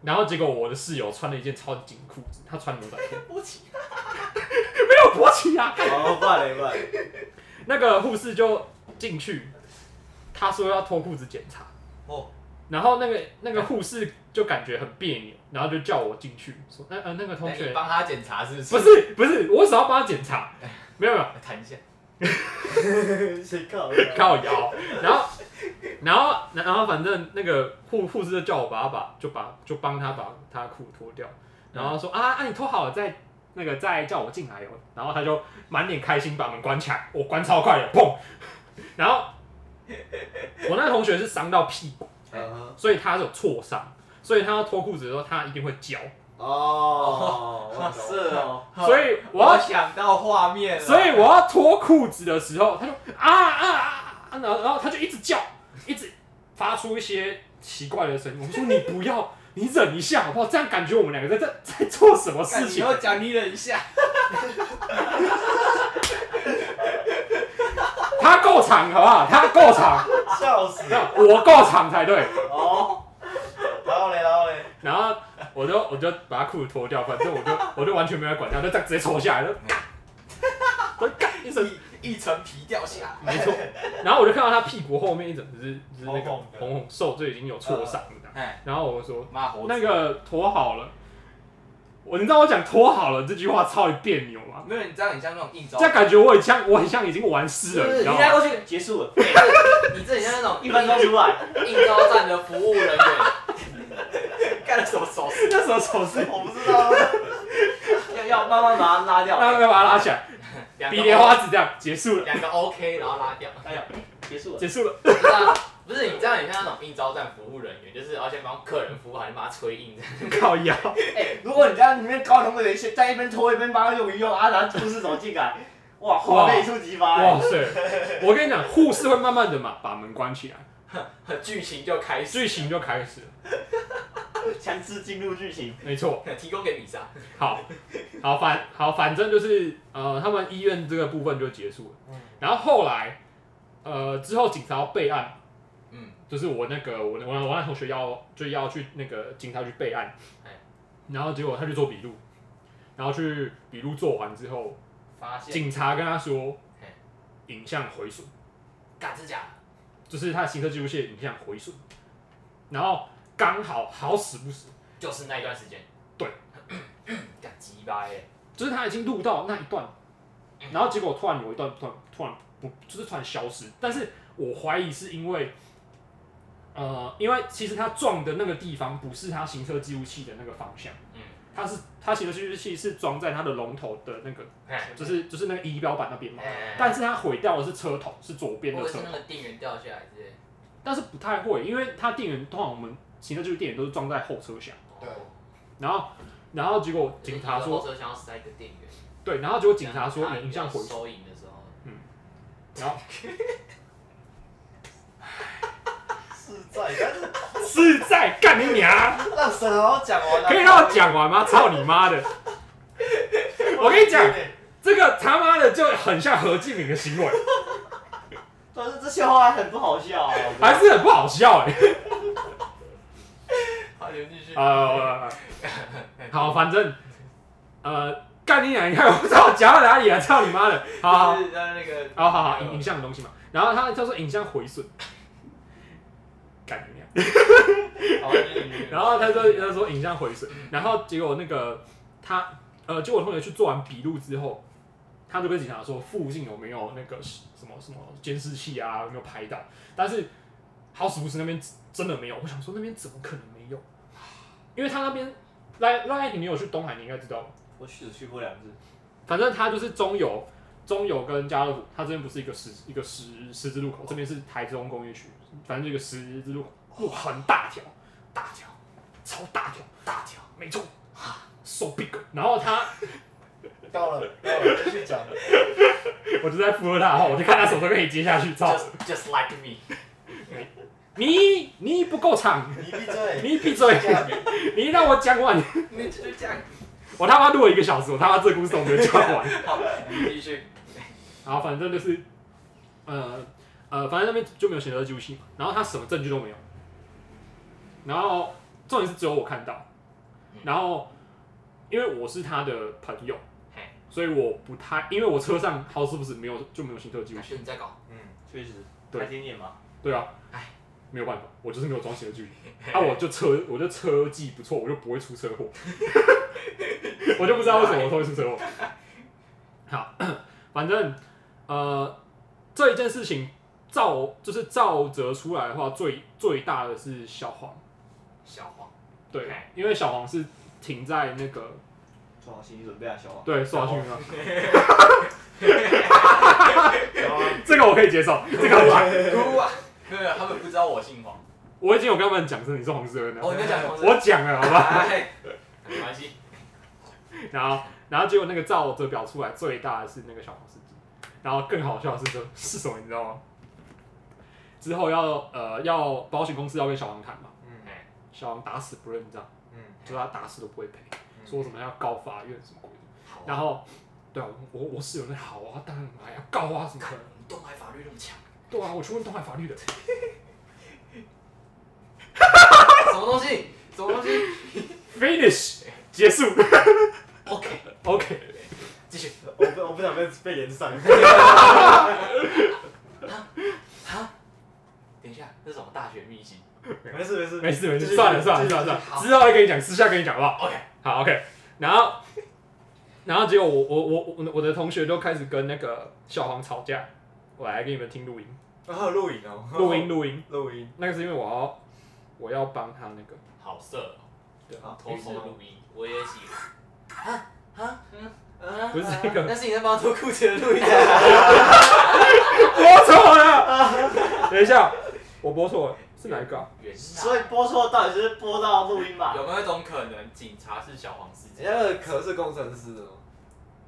然后结果我的室友穿了一件超级紧裤子，他穿牛仔裤，
不起，
没有勃起啊。
哦，不然嘞不然嘞，
那个护士就进去，他说要脱裤子检查，
哦，
然后那个那个护士就感觉很别扭，然后就叫我进去说，呃呃，那个同
那你
学，
帮他哎检查是不是？
不，是不是，我只要帮他检查，没有没有，
谈一下。
谁 靠？
靠摇，然后，然后，然后，反正那个护护士就叫我把他把就把就帮他把他的裤脱掉，然后说、啊啊，你脱好了再那个再叫我进来哦。然后他就满脸开心把门关起来，我关超快的，砰！然后我那个同学是伤到屁股，
嗯
所以他有挫伤，所以他要脱裤子的时候他一定会叫，
哼哦， 我懂
是哦，
所以我要
想到画面了。
所以我要脱裤子的时候，他就啊啊啊啊，然后然后他就一直叫，一直发出一些奇怪的声音。我说你不要，你忍一下好不好？这样感觉我们两个在在在做什么
干
事
你
情？
要讲你忍一下。
他够长好不好？他够长，
笑死。
那我够长才对。
哦，
然后嘞，然后嘞，
然后我就我就把他裤子脱掉，反正我就我就完全没有管他，就这样直接抽下来，就嘎，就嘎一声。
一一层皮掉下来。
没错，然后我就看到他屁股后面一整只就是那个
红红的
红红瘦，就已经有挫伤了。
哎，
然后我就说
骂猴子。
那个脱好了，我你知道我讲脱好了这句话超级别扭吗？
没有，你这样很像那种应招
这，样感觉我很像我很像已经玩湿了，你
你
知道
带
吗？
过去结束了，
你这很像那种
一分钟出来，
应招站的服务人员， 干了什么手势？
那时候手势，
我不知道啊。
要要慢慢把它拉掉，
然后要把它拉起来，
两个
比莲花指这样结束了，
两个 OK，然后拉掉。
哎呀，结束了，
结束了。
不是啊不是你这样很像那种应招站服务人员，就是要先帮客人服务好，你把他吹硬这样。
靠腰，
哎，如果你在里面高同学先在一边拖一边帮他用一用，啊，然后护士走进
哦
来，哇，画面一触即发，
哇
哎，
塞！我跟你讲，护士会慢慢的嘛把门关起来，
剧情就开始，
剧情就开始了。
强制进入剧情，
没错，
提供给米莎。
好，好反好反正就是呃，他们医院这个部分就结束了
嗯。
然后后来呃之后警察要备案，
嗯，
就是我那个我那我那我那同学要就要去那个警察局备案
哎，
然后结果他去做笔录，然后去笔录做完之后，
发现，
警察跟他说
嘿，
影像毁损，
干是假的，
就是他的行车记录器的影像毁损，然后刚好好死不死，
就是那一段时间，
对，
干鸡巴耶，
就是他已经录到那一段，然后结果突然有一段突然突然不就是突然消失，但是我怀疑是因为。呃，因为其实他撞的那个地方不是他行车记录器的那个方向，
嗯，
他是他行车记录器是装在他的龙头的那个
哎
就是就是那个仪表板那边嘛。
哎
但是它毁掉的是车头，是左边
或
的
者
车
是那
头，
个电源掉下来之类的，
但是不太会，因为它电源通常我们行车记录电源都是装在后车厢，
对
然后然后结果警
哦
察
就是一个
说
后车想要塞个电源，
对，然后结果警察说
让它
你影像毁损，
收影的时候，
然后
是在，但是
是在干你娘，
让沈豪讲完了。
可以让我讲完吗？操你妈的！我跟你讲，这个他妈的就很像何敬明的行为，
主要是这笑话很不好笑啊。我觉得
还是很不好笑哎、
好，你们继续，
呃，好，反正呃，干你娘！你看我操，讲到哪里啊？操你妈的！好好
就是在那个，
好好好，影影像的东西嘛。然后他叫做影像毁损，干你娘！
好，你继续
然后他说他说影像毁损，然后结果那个他呃，结果同学去做完笔录之后，他就跟警察说附近有没有那个什么什么监视器啊，有没有拍到？但是好死不死那边真的没有，我想说那边怎么可能没有？因为他那边赖赖你有去东海，你应该知道吧。
我去只去过两次，
反正它就是中油、中油跟家乐福，它这边不是一个十一个十十字路口，这边是台中工业区，反正这个十字路口路很大条，大条，超大条，大条，没错，手臂。然后他，
到了，到了，继续讲。
我就在附和他，我就看他手都可以接下去，操！
Just just like me，
你你不够长，
你闭嘴。
你闭嘴，你让我讲完，
你就这样，
我他妈录了一个小时，我他妈这故事我没有讲完。
好，你继续，
然后反正就是，呃呃，反正那边就没有行车记录器嘛，然后他什么证据都没有，然后重点是只有我看到，然后因为我是他的朋友
嘿，
所以我不太，因为我车上好是不是没有就没有行车记录
还
器，
是你在搞，
嗯，
确实。
对
还听见吗？
对啊
哎，
没有办法，我就是没有装行车记录器，啊，我就车我就车技不错，我就不会出车祸， 我就不知道为什么我会出车祸。好， 反正呃，这一件事情照就是照着出来的话，最最大的是小黄，
小黄，
对
OK，
因为小黄是停在那个
做好心理准备啊，小王。
对刷新啊，
然后
这个我可以接受，这个我 来
哭啊，没有没有，他们不知道我姓黄，
我已经有跟他们讲说你是黄世恩
哦，
了，
你在讲黄色，
我讲了好吧？
哎，没关系，
然后，然后结果那个照着表出来最大的是那个小黄司机，然后更好笑的是什是什么， 你知道吗？之后要呃要保险公司要跟小黄谈嘛，
嗯
小黄打死不认账，
嗯，
就是他打死都不会赔，
嗯
说什么要告法院什么鬼的。
好啊
然后，对啊，我我室友那好啊，当然来啊，告啊什么
看
的。
你东海法律那么强，
对啊，我去问东海法律的。
什么东西？什么东西
Finish，结束。
？OK，
OK，
继续。
我不，我不想被被延上。
哈，等一下，这是什么大学秘籍
没事没事
没事没
继
事，
续
算了算了
继续
算了算
好
了，之后再跟你讲，私下跟你讲好不好？
？OK，
好，OK。然后，然后结果我我我我我的同学都开始跟那个小黄吵架。我来给你们听录音，
然后录影哦，
录音录音。
录音。
那个是因为我要我要帮他那个，
好色，哦
对，
好，
偷偷录音，我也喜欢。哈哈，嗯嗯，
不是这个
那是你在帮他脱裤子的录音。啊
播错了。 等一下，我播错了，是哪一个啊？
原
所以播错到底是播到录音吧？
有没有一种可能，警察是小黄司
人
机？
家的壳是工程师哦。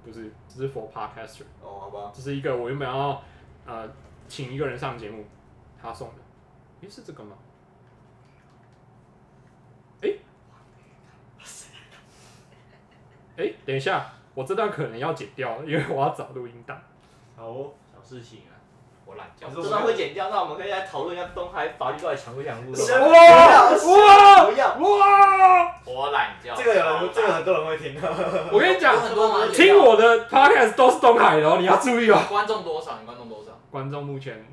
不是，这是 For Podcaster，
哦，好吧。
这是一个我原本要呃请一个人上节目，他送的。诶，是这个吗？诶，诶，等一下，我这段可能要剪掉，因为我要找录音档。
好哦，
小事情啊。
我懒觉
你。说
这段会剪掉，那我们可以来讨论一下东海法律到底强不强？不
是
强？
哇哇
不要，
哇！
我懒觉。
这个有人，这个很多人会听的。
我跟你讲
有，很多人
听我的 podcast 都是东海的哦，你要注意哦。
观众多少？你观众多少？
观众目前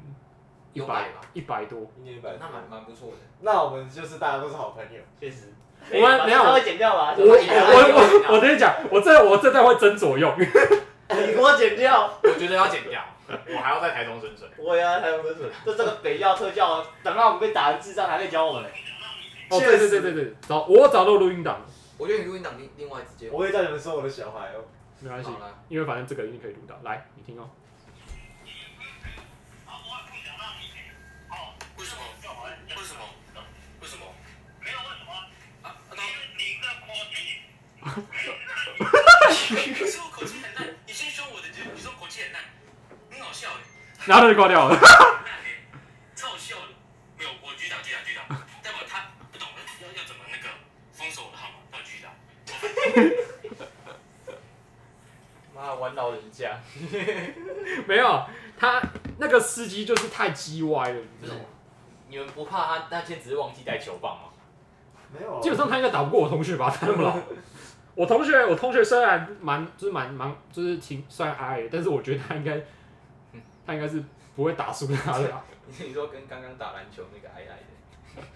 一
有
百
百吧
一百多，
一年一
那蛮蛮不错的。
那我们就是大家都是好朋友。
确实。
我们没有
他会剪掉吧？
我
这段剪掉
我我我跟你讲，我这我这段会斟酌用。
你给我剪掉。
我觉得要剪掉，我还要在台中生存。
我也要台湾分水，就这个北校特教，等到我们被打成智障还在教我嘞。
哦，
确
对
实
对对对对，找我找到录音档，
我觉得你录音档另另外直接。
我会叫你们说我的小孩哦。
没关系
好来，
因为反正这个一定可以录到。来，你听哦。
啊，我不想让你听。哦，为什么？为什么？为什么？没有为什么啊？你的口气， 可是我口气很烂。你先凶我的，你说口气很烂，很好笑哎，
然后他就挂掉了。
很烂哎，超笑的。没有，我局长，局长，局长，代表他不懂要要怎么那个封锁我的号码，到局长。
妈，玩老人家。
没有，他那个司机就是太叽歪了，你知道吗？
你们不怕他那天只是忘记带球棒吗？
没有啊，
基本上他应该打不过我同学吧？他那么老。我同学，我同学虽然蛮就是蛮蛮就是挺算矮的，但是我觉得他应该，他应该是不会打输他的啊。
你说跟刚刚打篮球那个矮矮的，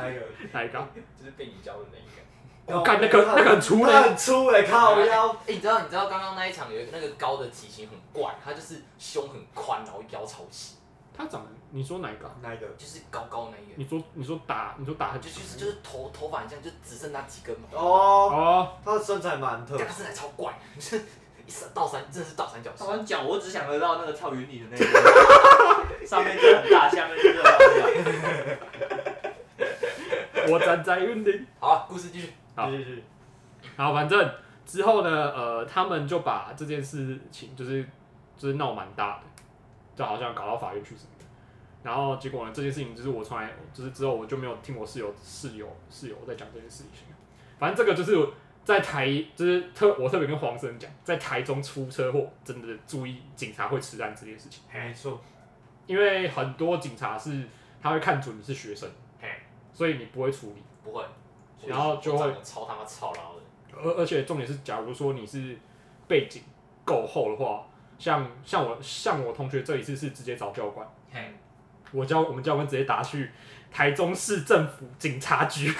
哪一个？
哪一个啊？
就是被你教的那一个。
我干那个那个很粗
他
嘞，
很粗哎，靠腰。
哎、你知道你知道刚刚那一场有一个那个高的体型很怪，他就是胸很宽，然后腰超细，
他长得你说哪一个啊？
哪一个？
就是高高那一个，
你说你说打你说打很
就就是就是头头发很像，就只剩那几根
嗯
毛，
哦，
哦，
他的身材蛮特
但。他身材超怪， 就是一三倒三，真的是倒三角
他
嗯
形。
们讲，我只想得到那个跳云里的那个，上面就很大，下面就很小。
我站在云顶。
好、啊，故事继续。
好
继续。
好，反正之后呢，呃，他们就把这件事情就是就是闹蛮大的，就好像搞到法院去什么的。然后结果呢，这件事情就是我从来就是之后我就没有听我室友室友室友在讲这件事情。反正这个就是在台就是特我特别跟黄生讲，在台中出车祸真的注意警察会吃案这件事情，
没错。
因为很多警察是他会看准你是学生
嘿，
所以你不会处理。
不会，
然后就会
我长得超他妈操劳的。
而而且重点是，假如说你是背景够厚的话，像像我像我同学这一次是直接找教官，
嘿，
我教我们教官直接打去台中市政府警察局，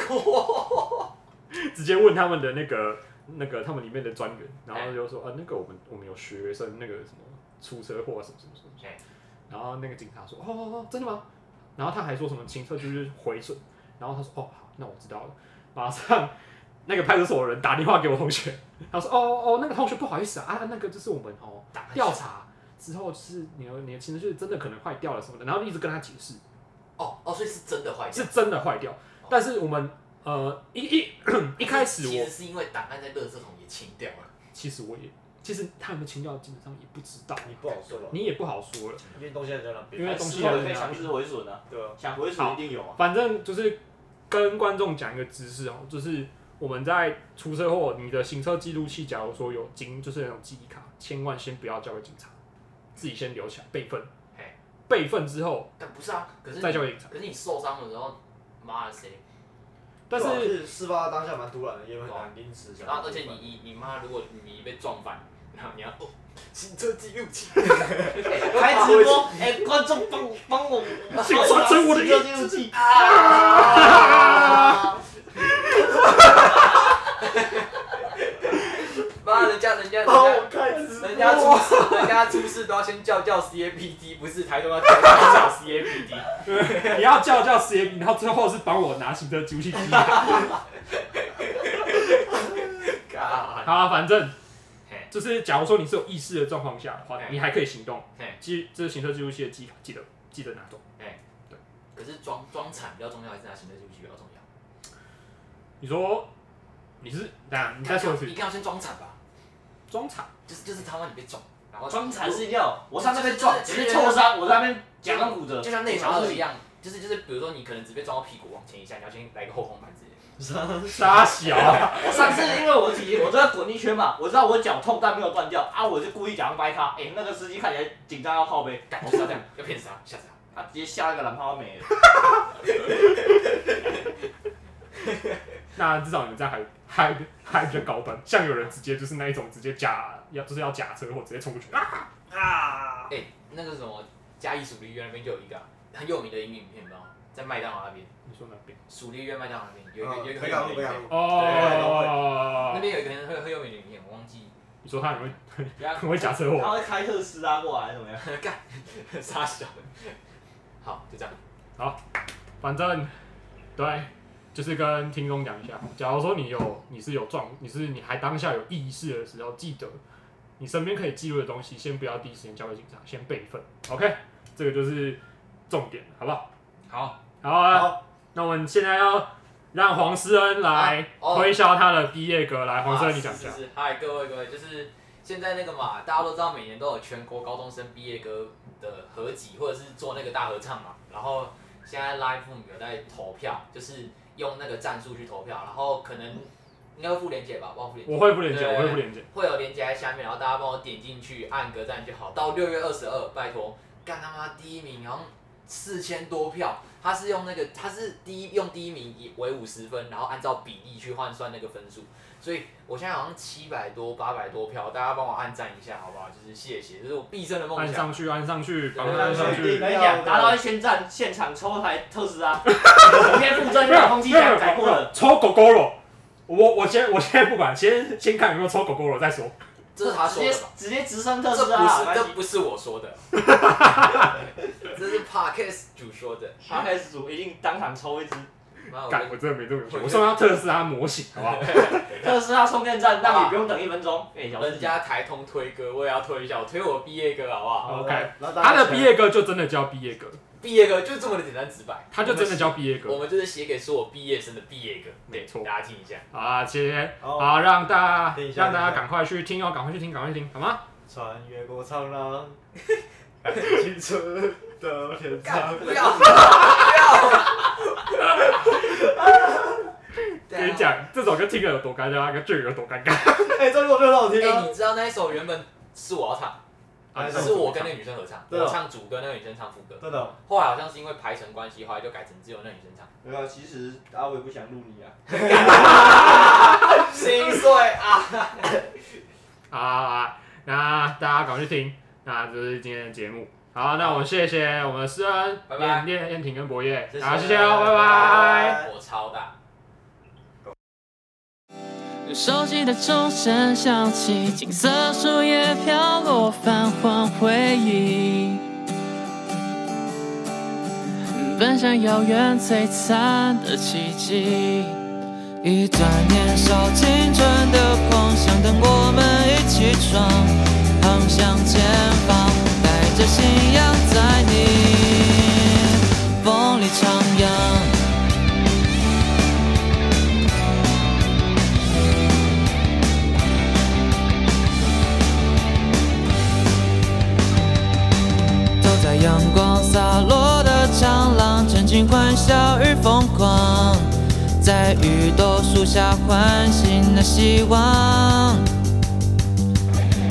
直接问他们的那个那个他们里面的专员，然后就说啊那个我们我们有学生那个什么出车祸啊什么什么什么，
嘿，
然后那个警察说哦哦哦真的吗？然后他还说什么行车就是回损，然后他说哦好那我知道了，马上那个派出所的人打电话给我同学，他说哦哦哦那个同学不好意思啊啊那个就是我们哦
打篮球
调查之后就是你的你的行车就是真的可能坏掉了什么的，然后一直跟他解释。
哦哦，所以是真的坏掉。
是真的坏掉。但是我们呃一一 一开始
其
我
实是因为档案在垃圾桶也清掉了。
其实我也其实他有没有清掉，基本上也不知道，
你不好说吧？
你也不好说了。
因为东西在那边。
因为东西
事后也可以强制毁损啊，
对啊。
想毁损一定有啊。
反正就是跟观众讲一个知识哦，就是我们在出车祸，你的行车记录器假如说有经就是那种记忆卡，千万先不要交给警察，自己先留起来备份
嘿。
备份之后
但不是啊，可是
再
你
交给警察，
可是你受伤的时候，妈的谁？
但
对啊
是
是事发当下蛮突然的，也很难临时想。
然后而且你你你妈，如果你被撞翻，然后你要哦，行车记录 器，
开直播，哎，观众帮帮我，
请传承我的
这就记
啊！妈，人家人家人
帮
家
我开直
人家出事，人家出事都要先叫叫 CAPD，不是台中要叫叫 CAPD。
你要叫叫 C A B，然后最后是帮我拿行车记录器记 忆卡。
God，
好啊，反正
嘿
就是假如说你是有意识的状况下的话
嘿，
你还可以行动。
嘿
记这是行车记录器的记卡，记得记得拿走。
可是装装惨比较重要，还是拿行车记录器比较重要？
你说你是等下你再说一
一
次，
定要先装惨吧，
装惨
就是就是他妈你被撞，然后
装残是一定要，我上那边撞，
就
直
是
接受伤，我在那边假装骨折，
就像内
桥
桥是一样，就是就是，比如说你可能只被撞到屁股往前一下，你要先来个后空翻之类的。
沙小 啊，
我上次因为我体我在滚一圈嘛，我知道我脚痛但没有断掉啊，我就故意假装掰他，哎、那个司机看起来紧张要靠背，
干就是要这样，要骗死他，吓死他。
他直接下了个蓝泡没了。
那至少你们这样还 还还比较高端。像有人直接就是那一种直接假要就是要假车或直接冲过去啊啊！
哎、那个什么嘉义蜀梨园那边就有一个啊、很有名的影影片，你知道吗？在麦当劳那边，
你说哪边？
蜀梨园麦当劳那边有一个、
嗯
有一个很
北港
有
路，
名
北
的
港
影
路
片，，那
哦，
边有一个很很很有名的影片，我忘记。
你说他很会
然后
很会假车祸
他会开特斯拉过来怎么样？
干，傻小。好，就这样。
反正对，就是跟听众讲一下，假如说你有你是有状，你是你还当下有意识的时候，记得你身边可以记录的东西，先不要第一时间交给警察，先备份。OK，这个就是重点，好不好？
好，
好啊，
好
那我们现在要让黄思恩来
哦
推销他的毕业歌，来，黄思
啊
恩你讲一下
是。是是，嗨，各位各位，就是现在那个嘛，大家都知道每年都有全国高中生毕业歌的合集，或者是做那个大合唱嘛。然后现在 Live 父母有在投票，就是用那个战术去投票，然后可能应该会附链接吧，忘附链接。
我会不连接，
对
我会不连接。
会有连接在下面，然后大家帮我点进去按个赞就好。到六月二十二，拜托，干他妈第一名，然后四千多票，他是用那个他是第一用第一名以为五十分，然后按照比例去换算那个分数，所以我现在好像七百多八百多票，大家帮我按赞一下好不好？就是谢谢，这是我毕生的梦
按
想。
上去，按上去，
对
帮他按上
对
去
对。
跟你讲，达到一千站，现场抽台特斯拉，里面附赠一个空气枪改过了。
抽狗狗肉。我我先我现在不管，先 先看有没有抽狗狗肉再说。
这是他
直
说
接
的吧？
直接直升特
这
斯
不是
拉，
这不是我说 的，这是 Parkes 主说的。
他开始组一定当场抽一支。
妈，我
干，
跟
我真的没这么有钱。我送他特斯拉模型，好不好？
特斯拉充电站啊让你不用等一分钟，哎，小
人
事。
家台通推歌，我也要推一下，我推我毕业歌好不好？
OK
然后大家
他的毕业歌就真的叫毕业歌，
毕业歌就这么的简单直白，
他就真的叫毕业
我
歌。
们就是写给所有毕业生的毕业歌，对
没错
大家听一下。
好啊，谢谢。
好
好，让大家
等一下
让大
等一
家
下
赶快去听哦，赶快去听，赶快去听，好吗？
穿越过长廊，感谢青春的天长。
不要啊不 要！啊
跟你，讲，这首歌听了有多尴尬，那个剧有多尴尬。
哎，这个我觉得很好听
哎，
啊。
你知道那一首原本是我要唱，
啊
那一首
是我跟那个女生合唱，
对啊
我唱主歌，那个女生唱副歌。
真的，
后来好像是因为排程关系，后来就改成只有那女生唱。
没有，其实阿伟不想录你啊。
心碎啊！
好啊，那大家赶快去听，那这是今天的节目。好，那我们谢谢我们的诗恩、
拜拜
燕燕燕婷跟博业，好，谢
谢
谢哦，拜拜。
我超大。
用手机的钟声响起，金色树叶飘落，泛黄回忆。奔向遥远璀璨的奇迹，一段年少青春的梦想，等我们一起闯，航向前方，带着信仰在你风里徜徉。都在阳光洒落的长廊，沉浸欢笑与疯狂，在雨豆树下唤醒了希望。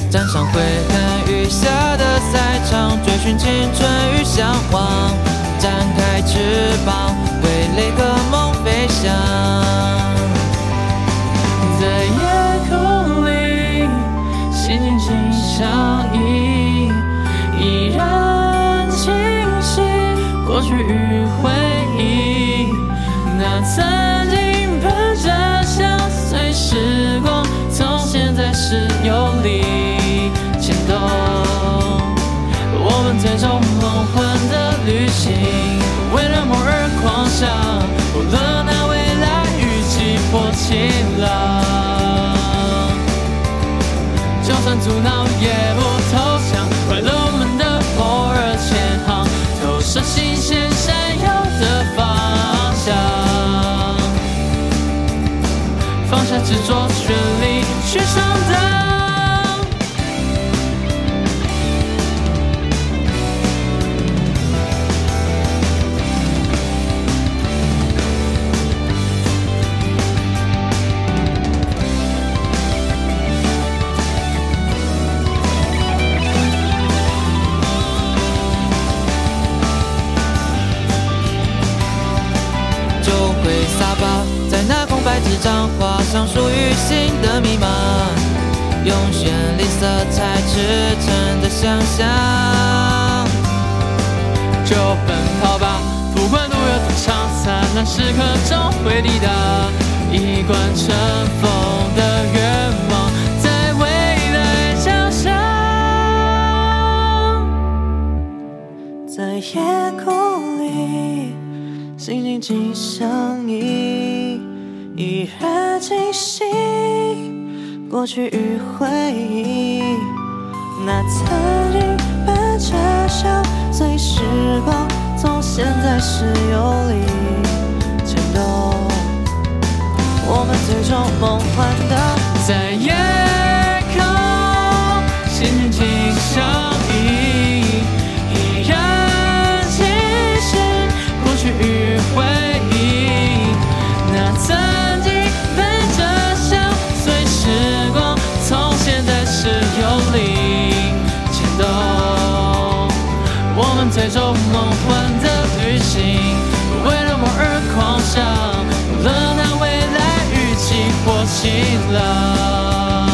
站上灰暗雨下的赛场，追寻青春与向往，展开翅膀，为了一个梦飞翔。在夜空里，星星相依，依然清晰。过去与回忆，那曾经奔着相随时光，从现在是有理牵动。我们最终梦幻的旅行，为了梦而狂想，无论那未来与击破晴朗。就算阻挠也不投降，快乐我们的火热前行，投射新鲜闪耀的方向。放下执着，全力去上当。张画上属于心的密码，用绚丽色彩驰骋着想象。就奔跑吧，不管路有多长，灿烂时刻终会抵达。一贯尘封的愿望，在未来敲响。在夜空里，心灵紧相依，依然清晰，过去与回忆。那曾经般傻笑，随时光从现在是有理牵动，我们最终梦幻的在夜空，心情相依，依然清晰，过去与回忆，那曾经被折笑，随时光从现在是有理牵动，我们最终梦幻的旅行，为了梦而狂想，无论那未来雨季或晴朗。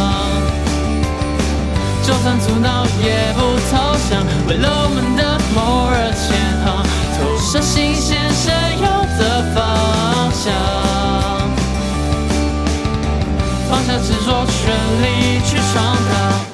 就算阻挠也不投降，为了我们的梦而前行，投射新鲜生有的方向，放下执着，全力去闯荡。